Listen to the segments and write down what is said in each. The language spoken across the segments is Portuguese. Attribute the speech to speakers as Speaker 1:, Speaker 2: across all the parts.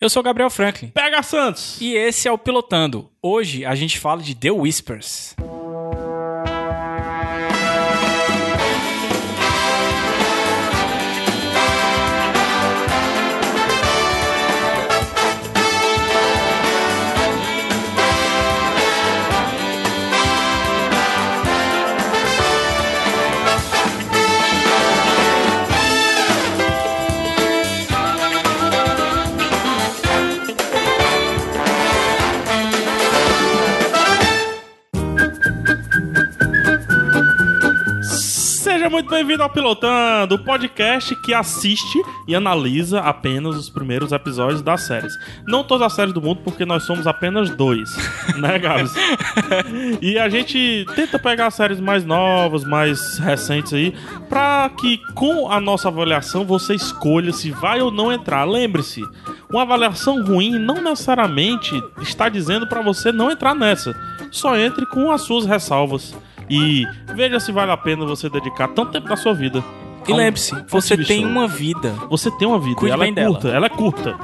Speaker 1: Eu sou Gabriel Franklin
Speaker 2: Pega Santos!
Speaker 1: e esse é o Pilotando. Hoje a gente fala de The Whispers.
Speaker 2: Seja muito bem-vindo ao Pilotando, o podcast que assiste e analisa apenas os primeiros episódios das séries. Não todas as séries do mundo, porque nós somos apenas dois, né, Gabs? E a gente tenta pegar as séries mais novas, mais recentes aí, pra que com a nossa avaliação você escolha se vai ou não entrar. Lembre-se, uma avaliação ruim não necessariamente está dizendo pra você não entrar nessa. Só entre com as suas ressalvas. E veja se vale a pena você dedicar tanto tempo da sua vida.
Speaker 1: E lembre-se,
Speaker 2: Então,
Speaker 1: você
Speaker 2: bicho,
Speaker 1: tem uma vida.
Speaker 2: Você tem uma vida,
Speaker 1: Cuide
Speaker 2: ela
Speaker 1: bem
Speaker 2: é
Speaker 1: dela.
Speaker 2: curta, ela é curta.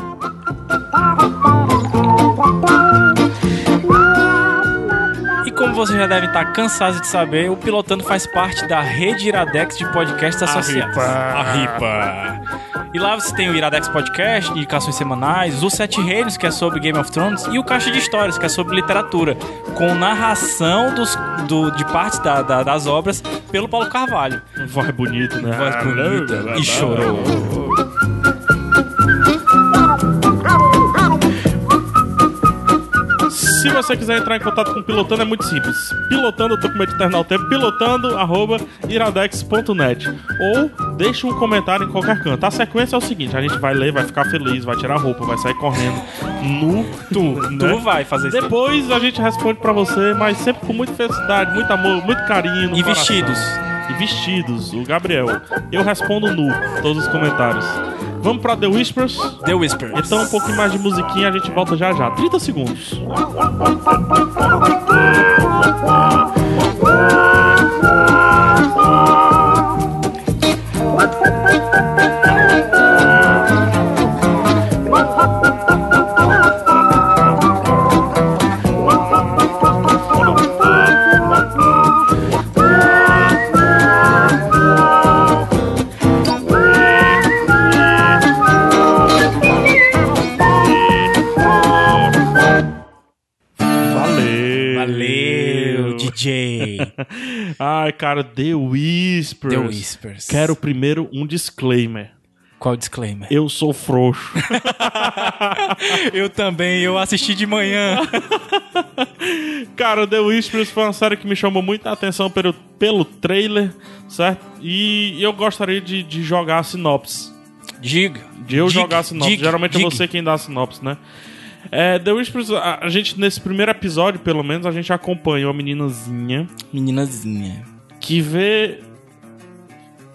Speaker 1: E como vocês já devem estar cansados de saber, o Pilotando faz parte da rede Iradex de podcasts associados.
Speaker 2: Ripa.
Speaker 1: RIPA. E lá você tem o Iradex Podcast, indicações semanais, o Sete Reinos, que é sobre Game of Thrones, e o Caixa de Histórias, que é sobre literatura, com narração dos, do- de partes da- da- das obras pelo Paulo Carvalho.
Speaker 2: Voz bonita, né?
Speaker 1: Voz bonita e chorou.
Speaker 2: Se você quiser entrar em contato com o Pilotando, é muito simples. Pilotando, eu tô com medo de terminar o tempo, pilotando, arroba, iradex.net. Ou deixa um comentário em qualquer canto. A sequência é o seguinte, a gente vai ler, vai ficar feliz, vai tirar a roupa, vai sair correndo. Nu, tu, né?
Speaker 1: Tu vai fazer isso.
Speaker 2: Depois a gente responde pra você, mas sempre com muita felicidade, muito amor, muito carinho. no
Speaker 1: E
Speaker 2: coração.
Speaker 1: vestidos.
Speaker 2: E vestidos, o Gabriel. Eu respondo nu, todos os comentários. Vamos pra The Whispers?
Speaker 1: The Whisper.
Speaker 2: Então um pouquinho mais de musiquinha, a gente volta já já. 30 segundos. Valeu!
Speaker 1: Valeu, DJ.
Speaker 2: Ai, cara, The Whispers.
Speaker 1: The Whispers.
Speaker 2: Quero primeiro um disclaimer.
Speaker 1: Qual o disclaimer?
Speaker 2: Eu sou frouxo.
Speaker 1: Eu também, eu assisti de manhã.
Speaker 2: Cara, The Whispers foi uma série que me chamou muita atenção pelo, pelo trailer, certo? E eu gostaria de, de jogar a sinopse.
Speaker 1: Diga.
Speaker 2: De eu
Speaker 1: Diga,
Speaker 2: jogar a sinopse.
Speaker 1: diga,
Speaker 2: Geralmente é
Speaker 1: diga.
Speaker 2: você quem dá a sinopse, né? É, The Whispers, a, a gente, nesse primeiro episódio, pelo menos, a gente acompanha uma meninazinha
Speaker 1: Meninazinha.
Speaker 2: que vê.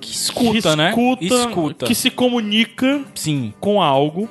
Speaker 1: Que escuta,
Speaker 2: que
Speaker 1: né?
Speaker 2: Escuta,
Speaker 1: Escuta.
Speaker 2: Que se comunica
Speaker 1: Sim.
Speaker 2: com algo.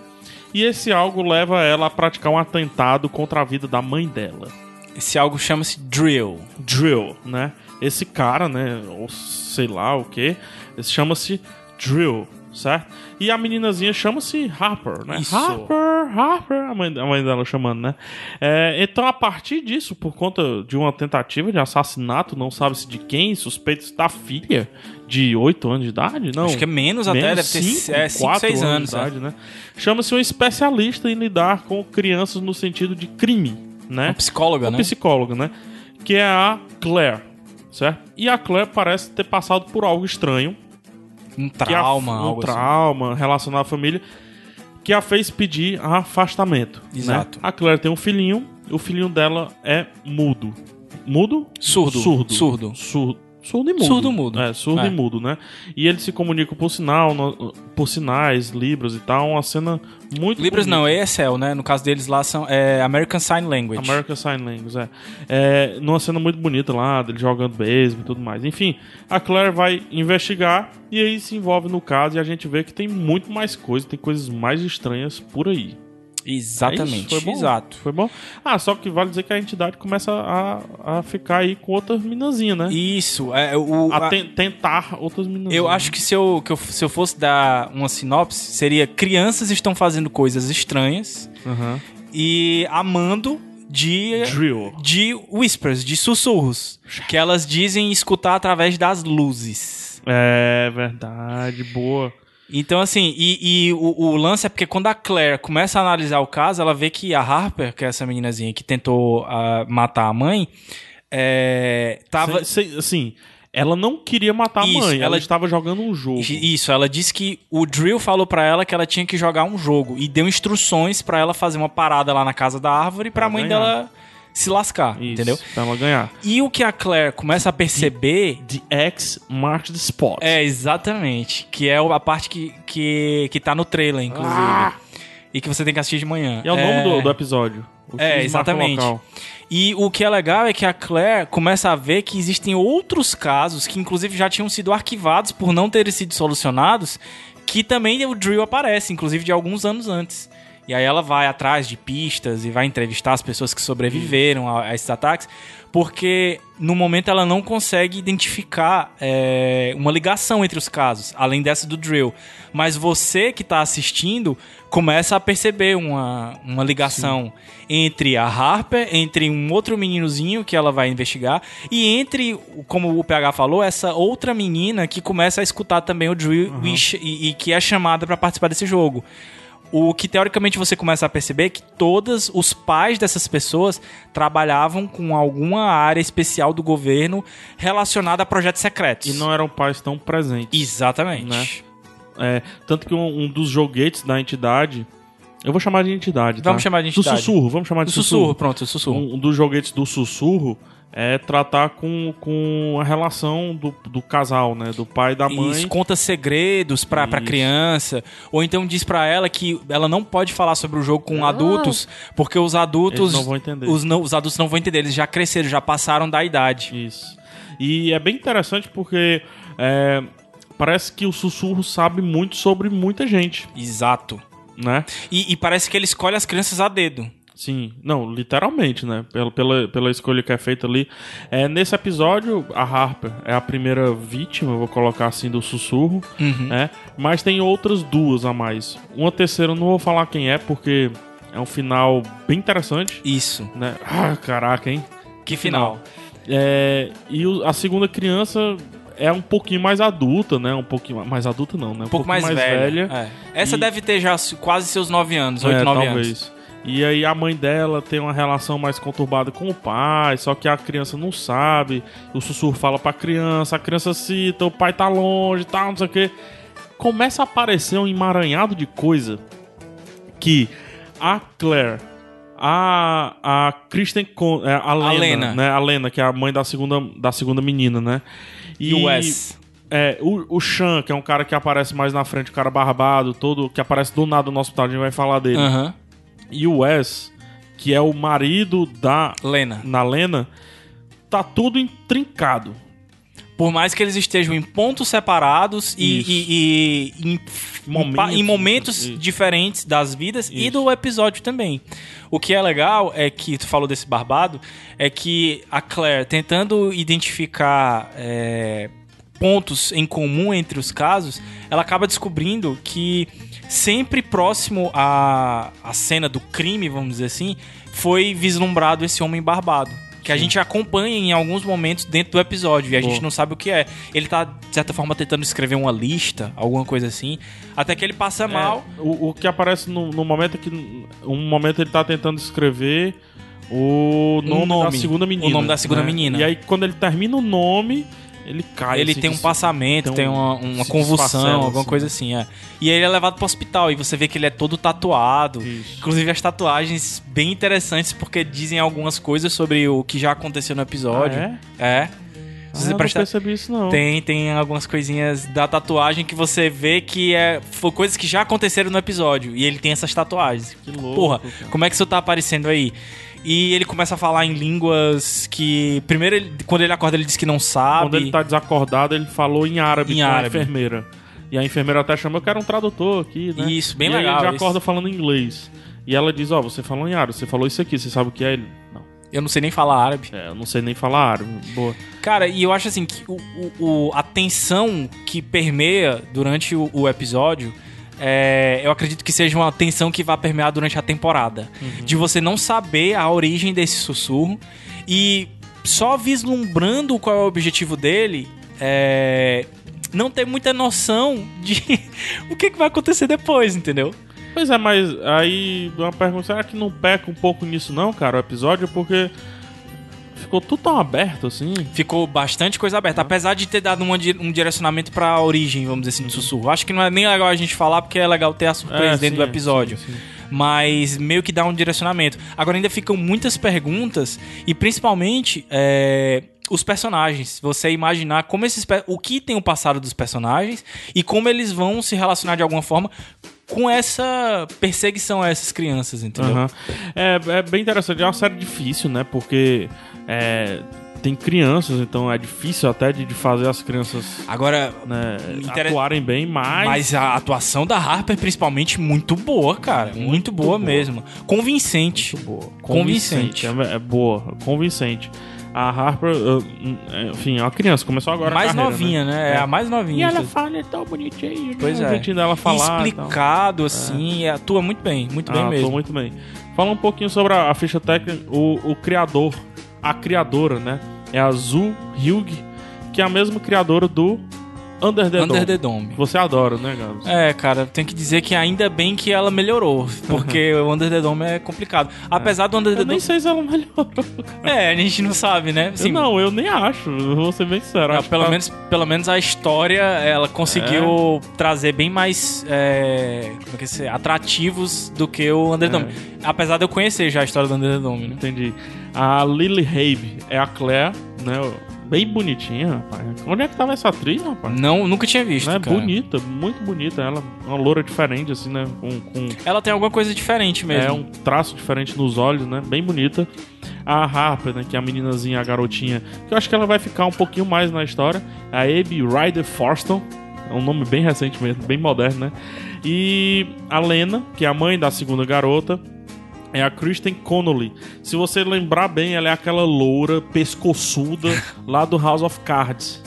Speaker 2: E esse algo leva ela a praticar um atentado contra a vida da mãe dela.
Speaker 1: Esse algo chama-se drill.
Speaker 2: Drill, né? Esse cara, né? Ou sei lá o que. Chama-se Drill, certo? E a meninazinha chama-se Harper, né?
Speaker 1: Isso.
Speaker 2: Harper, Harper. A mãe, a mãe dela chamando, né? É, então, a partir disso, por conta de uma tentativa de assassinato, não sabe-se de quem, suspeito da filha de 8 anos de idade? Não.
Speaker 1: Acho que é menos até, deve ter
Speaker 2: cinco,
Speaker 1: é, cinco,
Speaker 2: quatro
Speaker 1: seis anos,
Speaker 2: de
Speaker 1: é.
Speaker 2: idade, né? Chama-se um especialista em lidar com crianças no sentido de crime, né?
Speaker 1: Uma psicóloga, né?
Speaker 2: psicóloga, né? Que é a Claire, certo? E a Claire parece ter passado por algo estranho.
Speaker 1: Um
Speaker 2: que a-
Speaker 1: trauma,
Speaker 2: um
Speaker 1: algo assim.
Speaker 2: trauma relacionado à família, que a fez pedir afastamento. né?
Speaker 1: Exato.
Speaker 2: A Claire tem um filhinho, o filhinho dela é mudo. Mudo?
Speaker 1: Surdo.
Speaker 2: Surdo.
Speaker 1: Surdo.
Speaker 2: Surdo. Surdo e mudo.
Speaker 1: Surdo mudo.
Speaker 2: É, surdo
Speaker 1: É.
Speaker 2: e mudo, né? E eles se comunicam por sinal, no- por sinais, libras e tal. Uma cena muito.
Speaker 1: Libras
Speaker 2: bonita.
Speaker 1: não, é ESL, né? No caso deles lá são é American Sign Language.
Speaker 2: American Sign Language, é. é. Numa cena muito bonita lá, dele jogando beisebol e tudo mais. Enfim, a Claire vai investigar e aí se envolve no caso e a gente vê que tem muito mais coisa, tem coisas mais estranhas por aí. É isso,
Speaker 1: Exatamente.
Speaker 2: foi bom.
Speaker 1: Exato.
Speaker 2: Foi bom? Ah, só que vale dizer que a entidade começa a, a ficar aí com outras minazinhas, né?
Speaker 1: Isso, é o.
Speaker 2: a
Speaker 1: a-
Speaker 2: ten- tentar outras minazinhas.
Speaker 1: eu acho que se eu, que eu se eu fosse dar uma sinopse, seria crianças estão fazendo coisas estranhas
Speaker 2: Aham.
Speaker 1: e amando de
Speaker 2: Drill.
Speaker 1: de whispers, de sussurros, que elas dizem escutar através das luzes.
Speaker 2: É verdade, boa.
Speaker 1: Então, assim, e, e o, o lance é porque quando a Claire começa a analisar o caso, ela vê que a Harper, que é essa meninazinha que tentou ah, matar a mãe, é, tava.
Speaker 2: Sem- sem- assim, ela não queria matar
Speaker 1: Isso,
Speaker 2: a mãe, ela...
Speaker 1: ela-
Speaker 2: estava jogando um jogo.
Speaker 1: Isso, ela disse que o Drill falou pra ela que ela tinha que jogar um jogo e deu instruções pra ela fazer uma parada lá na casa da árvore pra
Speaker 2: Pra
Speaker 1: mãe
Speaker 2: ganhar.
Speaker 1: dela se lascar,
Speaker 2: Isso,
Speaker 1: entendeu?
Speaker 2: Pra ela ganhar.
Speaker 1: E o que a Claire começa a perceber
Speaker 2: The X marks the spot.
Speaker 1: É, exatamente. Que é a parte que, que, que tá no trailer, inclusive.
Speaker 2: Ah!
Speaker 1: E que você tem que assistir de manhã.
Speaker 2: E é o nome do, do episódio. O
Speaker 1: É,
Speaker 2: X marca o
Speaker 1: exatamente.
Speaker 2: local.
Speaker 1: E o que é legal é que a Claire começa a ver que existem outros casos que, inclusive, já tinham sido arquivados por não terem sido solucionados, que também o Drill aparece, inclusive de alguns anos antes. E aí ela vai atrás de pistas e vai entrevistar as pessoas que sobreviveram a, a esses ataques, porque no momento ela não consegue identificar é, uma ligação entre os casos, além dessa do Drill. Mas você que está assistindo começa a perceber uma, uma ligação entre a Harper, entre um outro meninozinho que ela vai investigar, e entre, como o PH falou, essa outra menina que começa a escutar também o Drill e ch- e, e que é chamada para participar desse jogo. O que teoricamente você começa a perceber é que todos os pais dessas pessoas trabalhavam com alguma área especial do governo relacionada a projetos secretos.
Speaker 2: E não eram pais tão presentes.
Speaker 1: Exatamente.
Speaker 2: Né? É, tanto que um, um dos joguetes da entidade. Eu vou chamar de entidade.
Speaker 1: Vamos
Speaker 2: tá?
Speaker 1: chamar de entidade.
Speaker 2: Do sussurro, vamos chamar
Speaker 1: O
Speaker 2: de
Speaker 1: sussurro, pronto, o sussurro.
Speaker 2: Um, um dos joguetes do sussurro é tratar com, com a relação do, do casal, né? Do pai e da mãe.
Speaker 1: Isso, conta segredos pra, pra
Speaker 2: Isso.
Speaker 1: criança. Ou então diz pra ela que ela não pode falar sobre o jogo com adultos, porque os adultos.
Speaker 2: Eles não vão entender.
Speaker 1: Os, não- os adultos não vão entender, eles já cresceram, já passaram da idade.
Speaker 2: Isso. E é bem interessante porque é, parece que o sussurro sabe muito sobre muita gente,
Speaker 1: Exato.
Speaker 2: né?
Speaker 1: E, e parece que ele escolhe as crianças a dedo.
Speaker 2: Sim, não, literalmente, né? Pela, pela, pela escolha que é feita ali. É, nesse episódio, a Harper é a primeira vítima, eu vou colocar assim, do sussurro,
Speaker 1: Uhum.
Speaker 2: né? Mas tem outras duas a mais. Uma terceira eu não vou falar quem é, porque é um final bem interessante,
Speaker 1: Isso.
Speaker 2: né? Ah, caraca, hein?
Speaker 1: Que final.
Speaker 2: É, e o- a segunda criança é um pouquinho mais adulta, né? Um pouquinho mais adulta não, né?
Speaker 1: Um pouco mais, velha. É. Essa
Speaker 2: E-
Speaker 1: deve ter já su- quase seus 9 anos, 8,
Speaker 2: é,
Speaker 1: 9
Speaker 2: talvez.
Speaker 1: anos.
Speaker 2: E aí a mãe dela tem uma relação mais conturbada com o pai, só que a criança não sabe, o sussurro fala pra criança, a criança cita, o pai tá longe, tal, não sei o quê. Começa a aparecer um emaranhado de coisa que a Claire, a, a Kristen, Con- é, a Lena,
Speaker 1: Lena.
Speaker 2: né? A Lena, que é a mãe da segunda, da segunda menina, né?
Speaker 1: E o Wes.
Speaker 2: É, o, o Sean, que é um cara que aparece mais na frente, o cara barbado, todo, que aparece do nada no hospital, a gente vai falar dele.
Speaker 1: Aham.
Speaker 2: E o Wes, que é o marido da
Speaker 1: Lena.
Speaker 2: na Lena, tá tudo intrincado.
Speaker 1: Por mais que eles estejam em pontos separados e,
Speaker 2: Isso.
Speaker 1: e- e em,
Speaker 2: Momentos.
Speaker 1: pa- em momentos
Speaker 2: Isso.
Speaker 1: diferentes das vidas e
Speaker 2: Isso.
Speaker 1: do episódio também. O que é legal é que tu falou desse barbado, é que a Claire tentando identificar é, pontos em comum entre os casos, ela acaba descobrindo que sempre próximo à, à cena do crime, vamos dizer assim, foi vislumbrado esse homem barbado. Que a gente acompanha em alguns momentos dentro do episódio e a
Speaker 2: Boa.
Speaker 1: gente não sabe o que é. Ele tá, de certa forma, tentando escrever uma lista, alguma coisa assim, até que ele passa mal.
Speaker 2: É, o, o que aparece no, no momento é que um momento ele tá tentando escrever o nome, da
Speaker 1: Um nome.
Speaker 2: segunda menina.
Speaker 1: O nome da segunda
Speaker 2: né?
Speaker 1: menina.
Speaker 2: E aí quando ele termina o nome, ele cai.
Speaker 1: ele
Speaker 2: assim,
Speaker 1: tem um
Speaker 2: que se-
Speaker 1: passamento,
Speaker 2: tem
Speaker 1: tem
Speaker 2: um-
Speaker 1: uma, uma
Speaker 2: se desfacela,
Speaker 1: convulsão, alguma
Speaker 2: assim,
Speaker 1: coisa assim, é. E aí ele é levado pro hospital e você vê que ele é todo tatuado.
Speaker 2: Isso.
Speaker 1: Inclusive as tatuagens bem interessantes porque dizem algumas coisas sobre o que já aconteceu no episódio.
Speaker 2: Ah, é?
Speaker 1: É.
Speaker 2: Ah,
Speaker 1: Se você
Speaker 2: eu
Speaker 1: prestar-
Speaker 2: não percebi isso não.
Speaker 1: Tem, tem algumas coisinhas da tatuagem que você vê que é foi coisas que já aconteceram no episódio. E ele tem essas tatuagens.
Speaker 2: Que louco.
Speaker 1: Porra,
Speaker 2: cara.
Speaker 1: como é que isso tá aparecendo aí? E ele começa a falar em línguas que. Primeiro, ele- quando ele acorda, ele diz que não sabe.
Speaker 2: Quando ele tá desacordado, ele falou em árabe
Speaker 1: Em
Speaker 2: com
Speaker 1: árabe.
Speaker 2: a enfermeira. E a enfermeira até chama, eu quero um tradutor aqui, né?
Speaker 1: Isso, bem
Speaker 2: e aí
Speaker 1: legal
Speaker 2: Ele já
Speaker 1: isso.
Speaker 2: acorda falando inglês. E ela diz: Ó, você falou em árabe, você falou isso aqui, você sabe o que é? Ele, não.
Speaker 1: Eu não sei nem falar árabe.
Speaker 2: É, eu não sei nem falar árabe. Boa.
Speaker 1: Cara, e eu acho assim que o, o- o- a tensão que permeia durante o, o episódio. é, eu acredito que seja uma tensão que vai permear durante a temporada.
Speaker 2: Uhum.
Speaker 1: De você não saber a origem desse sussurro e só vislumbrando qual é o objetivo dele, é, não ter muita noção de o que, que vai acontecer depois, entendeu?
Speaker 2: Pois é, mas aí uma pergunta, será que não peca um pouco nisso não, cara, o episódio? Porque ficou tudo tão aberto assim.
Speaker 1: Ficou bastante coisa aberta,
Speaker 2: Uhum.
Speaker 1: apesar de ter dado uma di- um direcionamento pra origem, vamos dizer assim, do sussurro. Acho que não é nem legal a gente falar, porque é legal ter a surpresa
Speaker 2: É,
Speaker 1: dentro
Speaker 2: sim,
Speaker 1: do
Speaker 2: é,
Speaker 1: episódio.
Speaker 2: sim, sim.
Speaker 1: Mas meio que dá um direcionamento. Agora ainda ficam muitas perguntas, e principalmente é, os personagens. Você imaginar como esses pe- o que tem o passado dos personagens e como eles vão se relacionar de alguma forma com essa perseguição a essas crianças, entendeu?
Speaker 2: Aham. É, é bem interessante, é uma série difícil, né? Porque é, tem crianças, então é difícil até de, de fazer as crianças
Speaker 1: Agora,
Speaker 2: né,
Speaker 1: Intere-
Speaker 2: atuarem bem, mas.
Speaker 1: Mas a atuação da Harper, principalmente, muito boa, cara. Muito, boa,
Speaker 2: boa.
Speaker 1: mesmo. Convincente.
Speaker 2: Muito boa.
Speaker 1: Convincente.
Speaker 2: É, é boa, convincente. A Harper, eu- enfim, é uma criança, começou agora a
Speaker 1: mais
Speaker 2: carreira,
Speaker 1: novinha, né? É.
Speaker 2: É.
Speaker 1: a mais novinha.
Speaker 2: E ela
Speaker 1: de
Speaker 2: fala é tão bonitinho,
Speaker 1: Pois
Speaker 2: né?
Speaker 1: é.
Speaker 2: O jeitinho dela falar. e tal.
Speaker 1: Explicado, assim. Atua muito bem, então. muito
Speaker 2: Ah,
Speaker 1: bem
Speaker 2: tô
Speaker 1: mesmo.
Speaker 2: muito bem. Fala um pouquinho sobre a, a ficha técnica, o, o criador, a criadora, né? É a Azul Hyug, que é a mesma criadora do Under the
Speaker 1: Under
Speaker 2: Dome.
Speaker 1: the Dome.
Speaker 2: Você adora, né, Gabs?
Speaker 1: É, cara, tem que dizer que ainda bem que ela melhorou, porque o Under the Dome é complicado. Apesar do Under the
Speaker 2: Eu nem
Speaker 1: Dome.
Speaker 2: sei se ela melhorou.
Speaker 1: É, a gente não sabe, né?
Speaker 2: Eu
Speaker 1: Assim,
Speaker 2: não, eu nem acho, eu vou ser bem sincero.
Speaker 1: Ah,
Speaker 2: acho que
Speaker 1: pelo,
Speaker 2: tá-
Speaker 1: menos, pelo menos a história ela conseguiu
Speaker 2: É.
Speaker 1: trazer bem mais é, como é que se- atrativos do que o
Speaker 2: É.
Speaker 1: Underdome. Apesar de eu conhecer já a história do Underdome, né?
Speaker 2: Entendi. A Lily Habe é a Claire, né? Bem bonitinha, rapaz. Onde é que tava essa atriz, rapaz?
Speaker 1: Não, nunca tinha visto.
Speaker 2: Né?
Speaker 1: cara.
Speaker 2: Bonita, muito bonita. Ela é uma loura diferente, assim, né? Com- com
Speaker 1: Ela tem alguma coisa diferente mesmo.
Speaker 2: É um traço diferente nos olhos, né? Bem bonita. A Harper, né? Que é a meninazinha, a garotinha. Que eu acho que ela vai ficar um pouquinho mais na história. A Abby Ryder Forston. É um nome bem recente mesmo, bem moderno, né? E a Lena, que é a mãe da segunda garota. É a Kristen Connolly. Se você lembrar bem, ela é aquela loura pescoçuda lá do House of Cards.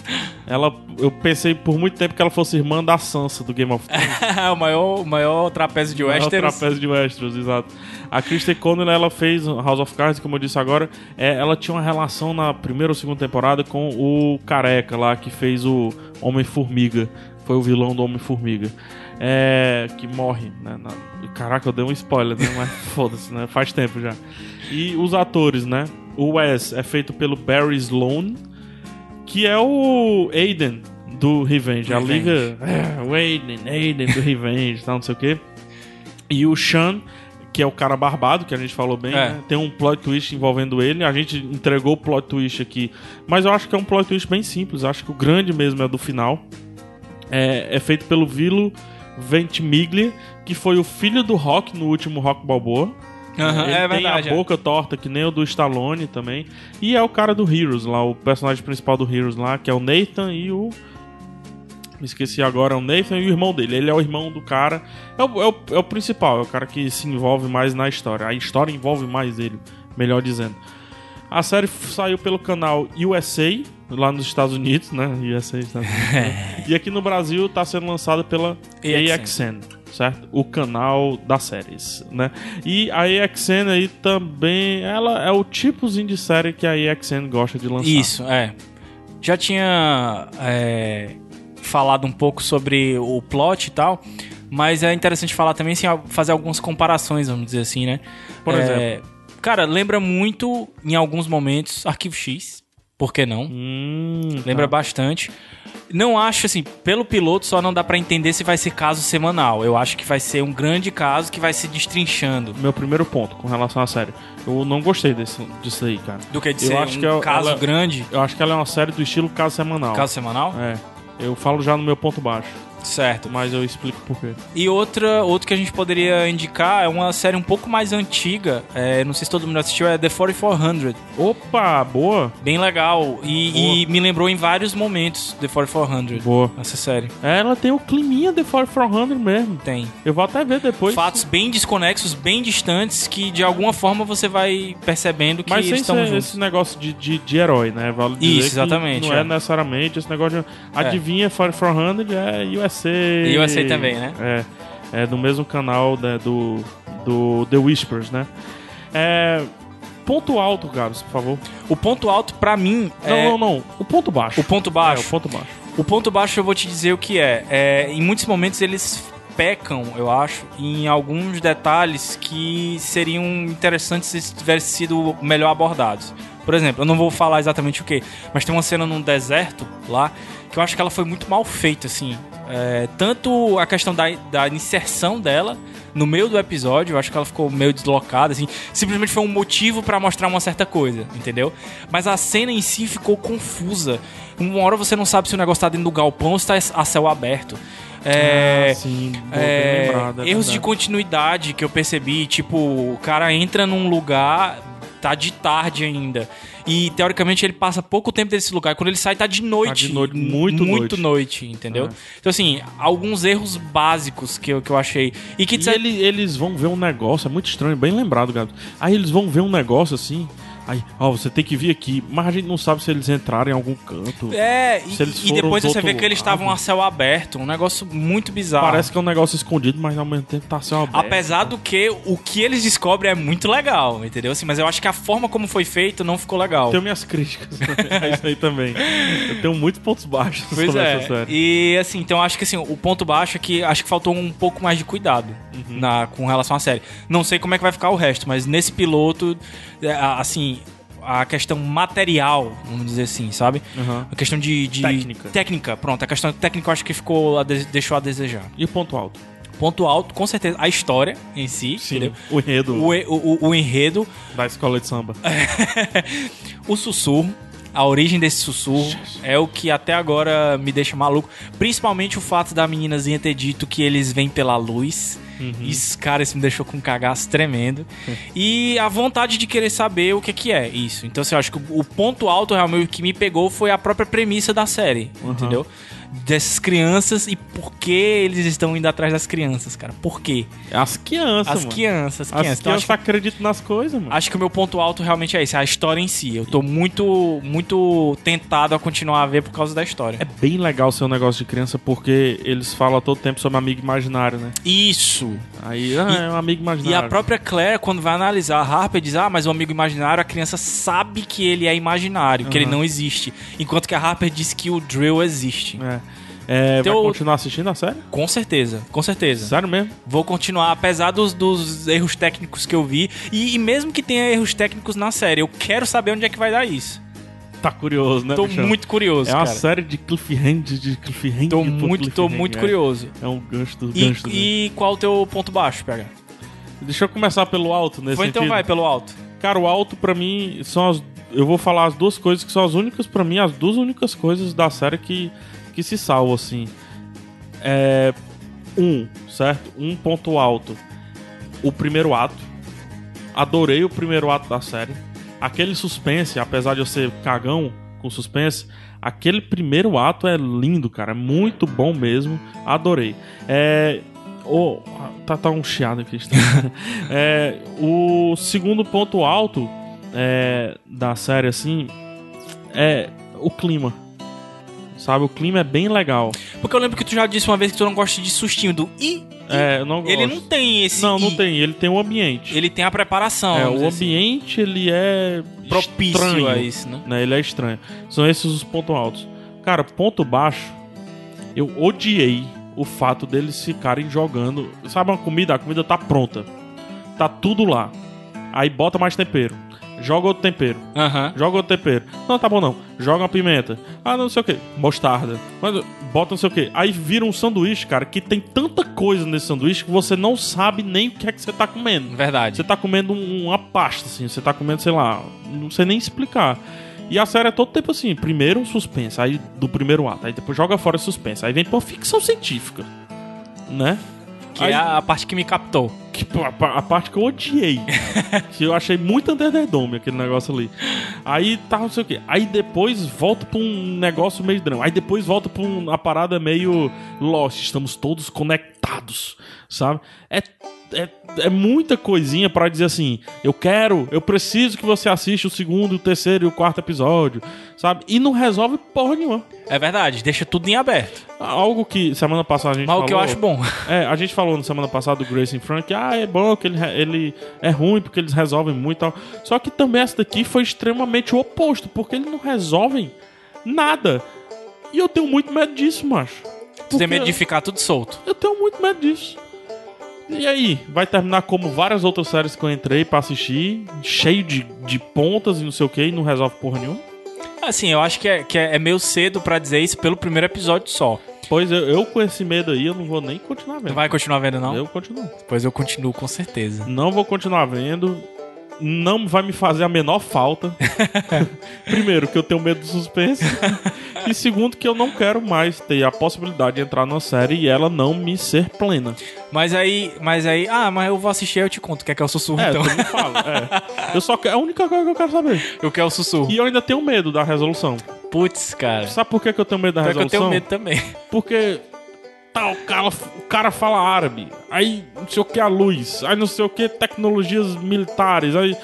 Speaker 2: Ela, eu pensei por muito tempo que ela fosse irmã da Sansa do Game of Thrones.
Speaker 1: É o, maior, o maior trapézio de
Speaker 2: É o
Speaker 1: Westeros.
Speaker 2: trapézio de Westeros, exato. A Kristen Connolly, ela fez House of Cards, como eu disse agora. é, ela tinha uma relação na primeira ou segunda temporada com o Careca lá, que fez o Homem-Formiga. Foi o vilão do Homem-Formiga. É, que morre, né? na- Caraca, eu dei um spoiler, né? Mas foda-se, né? Faz tempo já. E os atores, né? O Wes é feito pelo Barry Sloan, que é o Aiden do Revenge. A
Speaker 1: Revenge.
Speaker 2: liga. É, o Aiden, Aiden do Revenge, tal, não sei o quê. E o Sean, que é o cara barbado, que a gente falou bem,
Speaker 1: É.
Speaker 2: né? tem um plot twist envolvendo ele. A gente entregou o plot twist aqui. Mas eu acho que é um plot twist bem simples. Acho que o grande mesmo é do final. É, é feito pelo Vilo Ventimiglia, que foi o filho do Rock no último Rock Balboa.
Speaker 1: Aham,
Speaker 2: ele
Speaker 1: é
Speaker 2: tem
Speaker 1: verdade.
Speaker 2: a
Speaker 1: é.
Speaker 2: boca torta, que nem o do Stallone também. E é o cara do Heroes lá, o personagem principal do Heroes lá, que é o Nathan e o. Me esqueci agora, é o Nathan e o irmão dele. Ele é o irmão do cara. É o, é o, é o principal, é o cara que se envolve mais na história. A história envolve mais ele, melhor dizendo. A série f- saiu pelo canal USA, lá nos Estados Unidos, né? USA, Estados Unidos. né? e aqui no Brasil tá sendo lançada pela
Speaker 1: AXN.
Speaker 2: AXN, certo? O canal das séries, né? E a AXN aí também, ela é o tipozinho de série que a AXN gosta de lançar.
Speaker 1: Isso, é. Já tinha é, falado um pouco sobre o plot e tal, mas é interessante falar também, assim, fazer algumas comparações, vamos dizer assim, né?
Speaker 2: Por
Speaker 1: É,
Speaker 2: exemplo?
Speaker 1: Cara, lembra muito, em alguns momentos, Arquivo X, por que não?
Speaker 2: Hum,
Speaker 1: Lembra
Speaker 2: tá.
Speaker 1: bastante. Não acho, assim, pelo piloto só não dá pra entender se vai ser caso semanal. Eu acho que vai ser um grande caso que vai se destrinchando.
Speaker 2: meu primeiro ponto com relação à série. Eu não gostei desse, disso aí, cara.
Speaker 1: Do que de
Speaker 2: Eu
Speaker 1: ser
Speaker 2: acho
Speaker 1: um
Speaker 2: que ela-
Speaker 1: caso
Speaker 2: ela-
Speaker 1: grande,
Speaker 2: Eu acho que ela é uma série do estilo caso semanal.
Speaker 1: caso semanal.
Speaker 2: É. Eu falo já no meu ponto baixo.
Speaker 1: Certo.
Speaker 2: Mas eu explico por quê.
Speaker 1: E outra, outro que a gente poderia indicar é uma série um pouco mais antiga. é, não sei se todo mundo assistiu, é The 4400.
Speaker 2: Opa, boa.
Speaker 1: Bem legal.
Speaker 2: Boa.
Speaker 1: E, e me lembrou em vários momentos The 4400.
Speaker 2: Boa.
Speaker 1: Essa série.
Speaker 2: Ela tem o climinha de 4400 mesmo.
Speaker 1: Tem.
Speaker 2: Eu vou até ver depois.
Speaker 1: Fatos bem desconexos, bem distantes, que de alguma forma você vai percebendo que
Speaker 2: Mas
Speaker 1: eles
Speaker 2: sem
Speaker 1: estão
Speaker 2: ser
Speaker 1: juntos.
Speaker 2: esse negócio de, de, de herói, né? Vale dizer
Speaker 1: Isso,
Speaker 2: que
Speaker 1: exatamente,
Speaker 2: não é.
Speaker 1: é.
Speaker 2: necessariamente esse negócio de... Adivinha, 4400 é USA...
Speaker 1: USA também, né?
Speaker 2: É. É do mesmo canal né, do, do The Whispers, né? É... Ponto alto, Carlos, por favor.
Speaker 1: O ponto alto, pra mim, é
Speaker 2: né? Não, não, não. O ponto baixo.
Speaker 1: o ponto
Speaker 2: É, o
Speaker 1: baixo.
Speaker 2: ponto baixo.
Speaker 1: O ponto baixo eu vou te dizer o que é. É, Em muitos momentos eles pecam, eu acho, em alguns detalhes que seriam interessantes se tivessem sido melhor abordados. Por exemplo, eu não vou falar exatamente o que, mas tem uma cena num deserto lá que eu acho que ela foi muito mal feita, assim. É, tanto a questão da, da inserção dela no meio do episódio, eu acho que ela ficou meio deslocada, assim. Simplesmente foi um motivo pra mostrar uma certa coisa, entendeu? Mas a cena em si ficou confusa. Uma hora você não sabe se o negócio tá dentro do galpão ou se tá a céu aberto. É,
Speaker 2: Ah, sim, boa,
Speaker 1: é,
Speaker 2: bem lembrado, é
Speaker 1: erros de
Speaker 2: verdade.
Speaker 1: continuidade que eu percebi, tipo, o cara entra num lugar, tá de tarde ainda. E teoricamente ele passa pouco tempo desse lugar. Quando ele sai, tá de noite.
Speaker 2: de noite, muito
Speaker 1: muito noite, entendeu?
Speaker 2: É.
Speaker 1: Então, assim, alguns erros básicos que eu, que eu achei. E que
Speaker 2: E ele- eles vão ver um negócio, é muito estranho, bem lembrado, Gabi. Aí eles vão ver um negócio assim. Aí, ó, você tem que vir aqui, mas a gente não sabe se eles entraram em algum canto.
Speaker 1: É, e,
Speaker 2: Se eles
Speaker 1: e
Speaker 2: foram
Speaker 1: depois
Speaker 2: do
Speaker 1: você vê
Speaker 2: outro
Speaker 1: que eles estavam a
Speaker 2: lado.
Speaker 1: céu aberto. Um negócio muito bizarro.
Speaker 2: Parece que é um negócio escondido, mas ao mesmo tempo tá sendo aberto.
Speaker 1: Apesar do que o que eles descobrem é muito legal, entendeu? Assim, mas eu acho que a forma como foi feito não ficou legal.
Speaker 2: Eu tenho minhas críticas a isso aí também. Eu tenho muitos pontos baixos
Speaker 1: Pois
Speaker 2: sobre
Speaker 1: é.
Speaker 2: essa série.
Speaker 1: E assim, então acho que assim, o ponto baixo é que acho que faltou um pouco mais de cuidado
Speaker 2: Uhum.
Speaker 1: na, com relação à série. Não sei como é que vai ficar o resto, mas nesse piloto, é, a- assim, a questão material, vamos dizer assim, sabe?
Speaker 2: Uhum.
Speaker 1: A questão de, de-
Speaker 2: Técnica.
Speaker 1: técnica, pronto. A questão técnica eu acho que ficou a de- deixou a desejar.
Speaker 2: E o ponto alto?
Speaker 1: Ponto alto, com certeza, a história em si, entendeu?
Speaker 2: O enredo
Speaker 1: O, e- o- o- o enredo,
Speaker 2: da escola de samba.
Speaker 1: o sussurro, a origem desse sussurro é o que até agora me deixa maluco. Principalmente o fato da meninazinha ter dito que eles vêm pela luz.
Speaker 2: Uhum.
Speaker 1: Isso, cara, isso me deixou com um cagaço tremendo. E a vontade de querer saber o que, que é isso. Então, assim, eu acho que o ponto alto realmente que me pegou foi a própria premissa da série,
Speaker 2: Uhum.
Speaker 1: entendeu? Dessas crianças e por que eles estão indo atrás das crianças, cara. Por quê?
Speaker 2: As crianças,
Speaker 1: É. As crianças, as
Speaker 2: mano. As
Speaker 1: crianças.
Speaker 2: crianças
Speaker 1: Então, acho que
Speaker 2: acreditam nas coisas, mano.
Speaker 1: Acho que o meu ponto alto realmente é esse, a história em si. Eu tô muito, muito tentado a continuar a ver por causa da história.
Speaker 2: É bem legal ser um negócio de criança porque eles falam a todo tempo sobre amigo imaginário, né?
Speaker 1: É Isso!
Speaker 2: Aí, ah,
Speaker 1: E-
Speaker 2: é um amigo
Speaker 1: E
Speaker 2: imaginário.
Speaker 1: a própria Claire, quando vai analisar a Harper, diz: Ah, mas o amigo imaginário, a criança sabe que ele é imaginário, que ele
Speaker 2: Uhum.
Speaker 1: não existe. Enquanto que a Harper diz que o Drill existe.
Speaker 2: É. É,
Speaker 1: Teu-
Speaker 2: vai continuar assistindo a série?
Speaker 1: Com certeza, com certeza.
Speaker 2: Sério mesmo?
Speaker 1: Vou continuar, apesar dos, dos erros técnicos que eu vi. E, e mesmo que tenha erros técnicos na série, eu quero saber onde é que vai dar isso.
Speaker 2: Tá curioso, né?
Speaker 1: Tô
Speaker 2: bichão?
Speaker 1: muito curioso,
Speaker 2: É uma
Speaker 1: cara.
Speaker 2: série de cliffhanger, de cliffhanger.
Speaker 1: Tô
Speaker 2: por
Speaker 1: muito, tô
Speaker 2: cliffhanger,
Speaker 1: muito
Speaker 2: é.
Speaker 1: curioso.
Speaker 2: É um gancho do
Speaker 1: E,
Speaker 2: gancho. do gancho.
Speaker 1: e qual o teu ponto baixo, PH?
Speaker 2: Deixa eu começar pelo alto nesse
Speaker 1: Foi, então
Speaker 2: sentido.
Speaker 1: vai pelo alto.
Speaker 2: Cara, o alto pra mim são as. Eu vou falar as duas coisas que são as únicas, pra mim, as duas únicas coisas da série que, que se salvam, assim. É. Um, certo? Um ponto alto. O primeiro ato. Adorei o primeiro ato da série. Aquele suspense, apesar de eu ser cagão com suspense, aquele primeiro ato é lindo, cara. É muito bom mesmo. Adorei. É. Oh, tá, tá um chiado aqui. É, o segundo ponto alto é, da série, assim, é o clima. Sabe, o clima é bem legal.
Speaker 1: Porque eu lembro que tu já disse uma vez que tu não gosta de sustinho do I.
Speaker 2: É, eu não gosto.
Speaker 1: Ele não tem esse
Speaker 2: Não, não
Speaker 1: i.
Speaker 2: tem. Ele tem o ambiente.
Speaker 1: Ele tem a preparação.
Speaker 2: é,
Speaker 1: vamos
Speaker 2: o
Speaker 1: dizer assim.
Speaker 2: ambiente, ele é
Speaker 1: propício
Speaker 2: estranho,
Speaker 1: a isso, né?
Speaker 2: né? Ele é estranho. São esses os pontos altos. Cara, ponto baixo, eu odiei o fato deles ficarem jogando. Sabe uma comida? A comida tá pronta. Tá tudo lá. Aí bota mais tempero. Joga outro tempero.
Speaker 1: Aham.
Speaker 2: Joga outro tempero. Não, tá bom não. Joga uma pimenta. Ah, não sei o que. Mostarda. Mas bota não sei o que. Aí vira um sanduíche, cara, que tem tanta coisa nesse sanduíche que você não sabe nem o que é que você tá comendo. um,
Speaker 1: Verdade.
Speaker 2: Você tá comendo um- uma pasta, assim. Você tá comendo, sei lá, não sei nem explicar. E a série é todo tempo assim, primeiro um suspense, aí do primeiro ato, aí depois joga fora o suspense, aí vem pra ficção científica, né?
Speaker 1: Que
Speaker 2: aí,
Speaker 1: é a parte que me captou.
Speaker 2: que- a, pa- a parte que eu odiei, que eu achei muito underdome aquele negócio ali. Aí tá, não sei o quê. Aí depois volta pra um negócio meio drama. Aí depois volta pra um- uma parada meio Lost, estamos todos conectados, sabe? É, é, é muita coisinha pra dizer assim, eu quero, eu preciso que você assista o segundo, o terceiro e o quarto episódio, sabe? E não resolve porra nenhuma.
Speaker 1: É verdade, deixa tudo em aberto.
Speaker 2: Algo que semana passada a gente
Speaker 1: Mas o que eu
Speaker 2: falou-
Speaker 1: acho bom.
Speaker 2: é, a gente falou na semana passada do Grayson Frank, ah, é bom que ele, re- ele é ruim porque eles resolvem muito e tal. Só que também essa daqui foi extremamente o oposto, porque eles não resolvem nada. E eu tenho muito medo disso, macho.
Speaker 1: Tu
Speaker 2: Porque
Speaker 1: tem medo de ficar tudo solto.
Speaker 2: Eu tenho muito medo disso. E aí, vai terminar como várias outras séries que eu entrei pra assistir, cheio de, de pontas e não sei o que, e não resolve porra nenhuma.
Speaker 1: Assim, eu acho que é, que é é meio cedo pra dizer isso pelo primeiro episódio só.
Speaker 2: Pois eu, eu com esse medo aí, eu não vou nem continuar
Speaker 1: Tu
Speaker 2: vendo.
Speaker 1: vai continuar vendo, não?
Speaker 2: Eu continuo.
Speaker 1: Pois eu continuo com certeza.
Speaker 2: Não vou continuar vendo. Não vai me fazer a menor falta. Primeiro, que eu tenho medo do suspense. e segundo, que eu não quero mais ter a possibilidade de entrar numa série e ela não me ser plena.
Speaker 1: Mas aí, mas aí, ah, mas eu vou assistir, aí eu te conto o que é que é o sussurro,
Speaker 2: É,
Speaker 1: então.
Speaker 2: tu me fala. É. Eu só que- é a única coisa que eu quero um saber.
Speaker 1: O que é o sussurro?
Speaker 2: E eu ainda tenho medo da resolução.
Speaker 1: Putz, cara.
Speaker 2: Sabe por que, que eu tenho medo da
Speaker 1: É. Pior que eu tenho
Speaker 2: resolução?
Speaker 1: medo também.
Speaker 2: Porque tá, o, cara, o cara fala árabe, aí não sei o que é a luz, aí não sei o que é tecnologias militares, aí.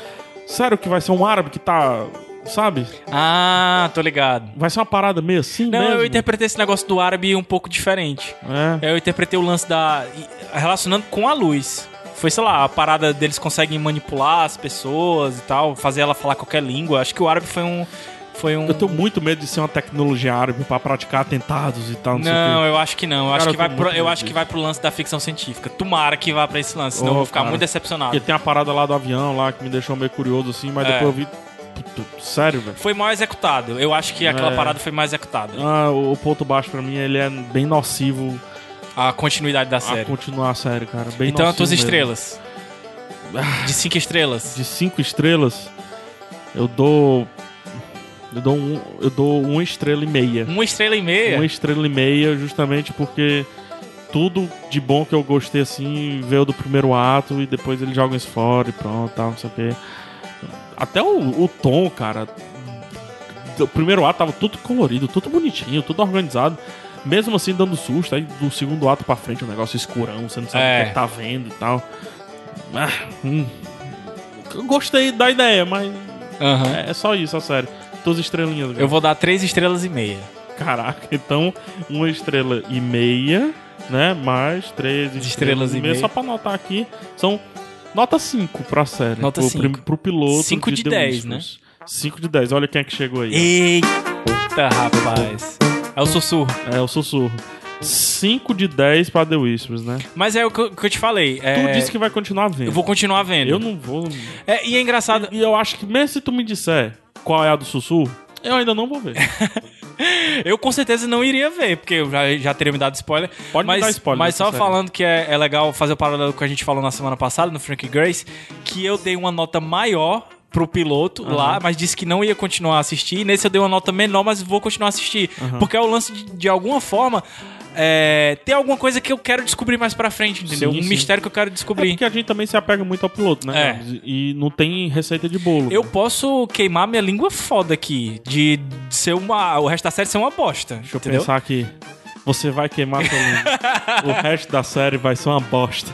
Speaker 2: Sério que vai ser um árabe que tá. Sabe?
Speaker 1: Ah, tô ligado.
Speaker 2: Vai ser uma parada meio assim
Speaker 1: Não,
Speaker 2: mesmo?
Speaker 1: eu interpretei esse negócio do árabe um pouco diferente.
Speaker 2: É.
Speaker 1: Eu interpretei o lance da. relacionando com a luz. Foi, sei lá, a parada deles conseguem manipular as pessoas e tal, fazer ela falar qualquer língua. Acho que o árabe foi um. Foi um.
Speaker 2: Eu tenho muito medo de ser uma tecnologia árabe pra praticar atentados e tal, não, sei o
Speaker 1: Não, eu acho que não. Eu, acho,
Speaker 2: Cara,
Speaker 1: que vai
Speaker 2: eu tô
Speaker 1: pro,
Speaker 2: muito
Speaker 1: eu
Speaker 2: medo
Speaker 1: acho que
Speaker 2: disso.
Speaker 1: vai pro lance da ficção científica. Tomara que vá pra esse lance, senão
Speaker 2: Ô,
Speaker 1: eu vou ficar
Speaker 2: cara.
Speaker 1: muito
Speaker 2: que. Porque
Speaker 1: decepcionado.
Speaker 2: tem a parada lá do avião lá que me deixou meio curioso assim, mas
Speaker 1: É.
Speaker 2: depois eu vi. Puta, sério, velho.
Speaker 1: Foi mal executado. Eu acho que aquela
Speaker 2: É.
Speaker 1: parada foi mal executada.
Speaker 2: Ah, o o ponto baixo pra mim, ele é bem nocivo
Speaker 1: A continuidade da
Speaker 2: a
Speaker 1: série.
Speaker 2: continuar a série, cara. Bem
Speaker 1: Então, as
Speaker 2: nocivo
Speaker 1: tuas
Speaker 2: mesmo.
Speaker 1: estrelas. De cinco estrelas.
Speaker 2: Ah. de cinco estrelas, eu dou. Eu dou, um, eu dou uma estrela e meia.
Speaker 1: Uma estrela e meia.
Speaker 2: Uma estrela e meia, justamente porque tudo de bom que eu gostei assim veio do primeiro ato e depois eles jogam isso fora e pronto, tal, não sei o quê. Até o, o tom, cara. O primeiro ato tava tudo colorido, tudo bonitinho, tudo organizado. Mesmo assim, dando susto, aí do segundo ato pra frente, o negócio escurão, você não sabe
Speaker 1: É.
Speaker 2: o que, que tá vendo e tal. Ah, hum. Eu gostei da ideia, mas
Speaker 1: Aham.
Speaker 2: é, é só isso, a sério. Duas estrelinhas. cara.
Speaker 1: Eu vou dar três estrelas e meia.
Speaker 2: Caraca, então uma estrela e meia, né? Mais três estrelas,
Speaker 1: Estrelas e meia.
Speaker 2: Só pra anotar aqui, são nota 5 pra série.
Speaker 1: Nota
Speaker 2: pro,
Speaker 1: cinco.
Speaker 2: pro piloto.
Speaker 1: Cinco de né?
Speaker 2: The
Speaker 1: 10,
Speaker 2: Whispers. 5 de 10, olha quem é que chegou aí.
Speaker 1: Eita, rapaz. É o sussurro.
Speaker 2: É o sussurro. 5 de 10 pra The Whispers, né?
Speaker 1: Mas é o que eu, que eu te falei. é,
Speaker 2: Tu disse que vai continuar vendo.
Speaker 1: Eu vou continuar vendo.
Speaker 2: Eu não vou.
Speaker 1: É, e é engraçado.
Speaker 2: E eu acho que mesmo se tu me disser qual é a do sussurro, eu ainda não vou ver. É
Speaker 1: Eu com certeza não iria ver, porque eu já, já teria me dado spoiler.
Speaker 2: Pode me
Speaker 1: mas,
Speaker 2: dar spoiler
Speaker 1: Mas
Speaker 2: dessa
Speaker 1: só
Speaker 2: série.
Speaker 1: falando que é, é legal fazer o paralelo com que a gente falou na semana passada, no Frank Grace, que eu dei uma nota maior pro piloto lá, mas disse que não ia continuar a assistir. E nesse eu dei uma nota menor, mas vou continuar a assistir. Porque é o lance de, de alguma forma. É, ter alguma coisa que eu quero descobrir mais pra frente, entendeu?
Speaker 2: Sim,
Speaker 1: um
Speaker 2: sim.
Speaker 1: mistério que eu quero
Speaker 2: É
Speaker 1: descobrir.
Speaker 2: porque a gente também se apega muito ao piloto, né?
Speaker 1: É.
Speaker 2: Gabs? E não tem receita de bolo.
Speaker 1: Eu posso queimar minha língua foda aqui, de de ser uma. O resto da série ser uma bosta.
Speaker 2: Deixa eu
Speaker 1: entendeu?
Speaker 2: pensar que você vai queimar sua língua. o resto da série vai ser uma bosta.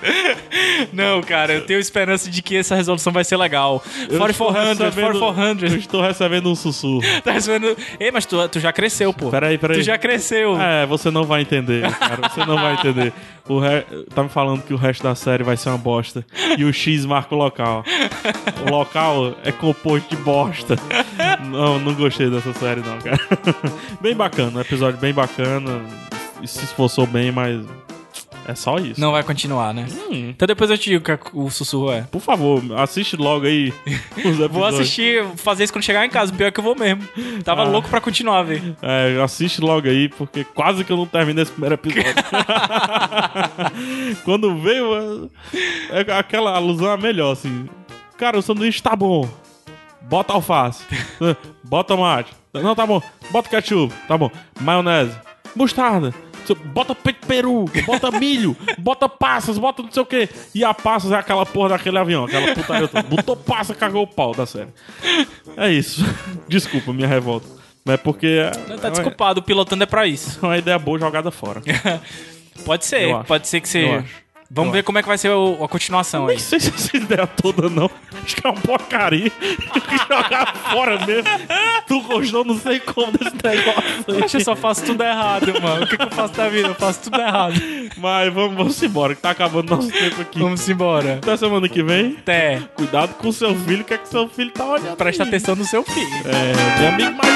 Speaker 1: Não, cara, eu tenho esperança de que essa resolução vai ser legal.
Speaker 2: Eu
Speaker 1: For
Speaker 2: estou
Speaker 1: 400, for
Speaker 2: recebendo- Eu
Speaker 1: 400.
Speaker 2: estou recebendo um sussurro.
Speaker 1: Tá recebendo... Ei, mas tu, tu já cresceu, pô.
Speaker 2: Peraí, peraí.
Speaker 1: Tu já cresceu.
Speaker 2: É, você não vai entender, cara. Você não vai entender. O re... Tá me falando que o resto da série vai ser uma bosta. E o X marca o local. O local é composto de bosta. Não, não gostei dessa série, não, cara. Bem bacana, um episódio bem bacana. E se esforçou bem, mas. É só isso.
Speaker 1: Não vai continuar, né?
Speaker 2: Hum.
Speaker 1: Então depois eu te digo o que a- o sussurro é.
Speaker 2: Por favor, assiste logo aí os episódios.
Speaker 1: Vou assistir, fazer isso quando chegar em casa. Pior que eu vou mesmo. Tava
Speaker 2: Ah.
Speaker 1: louco pra continuar, velho.
Speaker 2: É, assiste logo aí, porque quase que eu não terminei esse primeiro episódio. Quando veio, é é aquela alusão é melhor, assim. Cara, o sanduíche tá bom. Bota alface. Bota tomate. Não, tá bom. Bota ketchup. Tá bom. Maionese. Mostarda. Bota peito de peru, bota milho, bota passas, bota não sei o quê. E a passas é aquela porra daquele avião, aquela putaria toda. Botou passa, cagou o pau da série. É isso. Desculpa minha revolta. Mas é porque.
Speaker 1: Tá desculpado, o pilotando é pra isso.
Speaker 2: É uma ideia boa jogada fora.
Speaker 1: Pode
Speaker 2: Eu
Speaker 1: ser,
Speaker 2: acho.
Speaker 1: pode ser que
Speaker 2: Eu
Speaker 1: você.
Speaker 2: acho.
Speaker 1: Vamos
Speaker 2: Eu
Speaker 1: ver como é que vai ser o- a continuação aí.
Speaker 2: Nem sei se essa ideia toda não. Acho que é uma porcaria. Tem que jogar fora mesmo. Tu gostou, não sei como desse negócio.
Speaker 1: Poxa, eu só faço tudo errado, mano. O que, que eu faço da vida? Eu faço tudo errado.
Speaker 2: Mas vamos, vamos embora, que tá acabando nosso tempo aqui.
Speaker 1: Vamos embora.
Speaker 2: Até semana que vem.
Speaker 1: Até.
Speaker 2: Cuidado com seu filho, o que é que seu filho tá olhando.
Speaker 1: Presta
Speaker 2: aí.
Speaker 1: atenção no seu filho.
Speaker 2: É, meu amigo mais.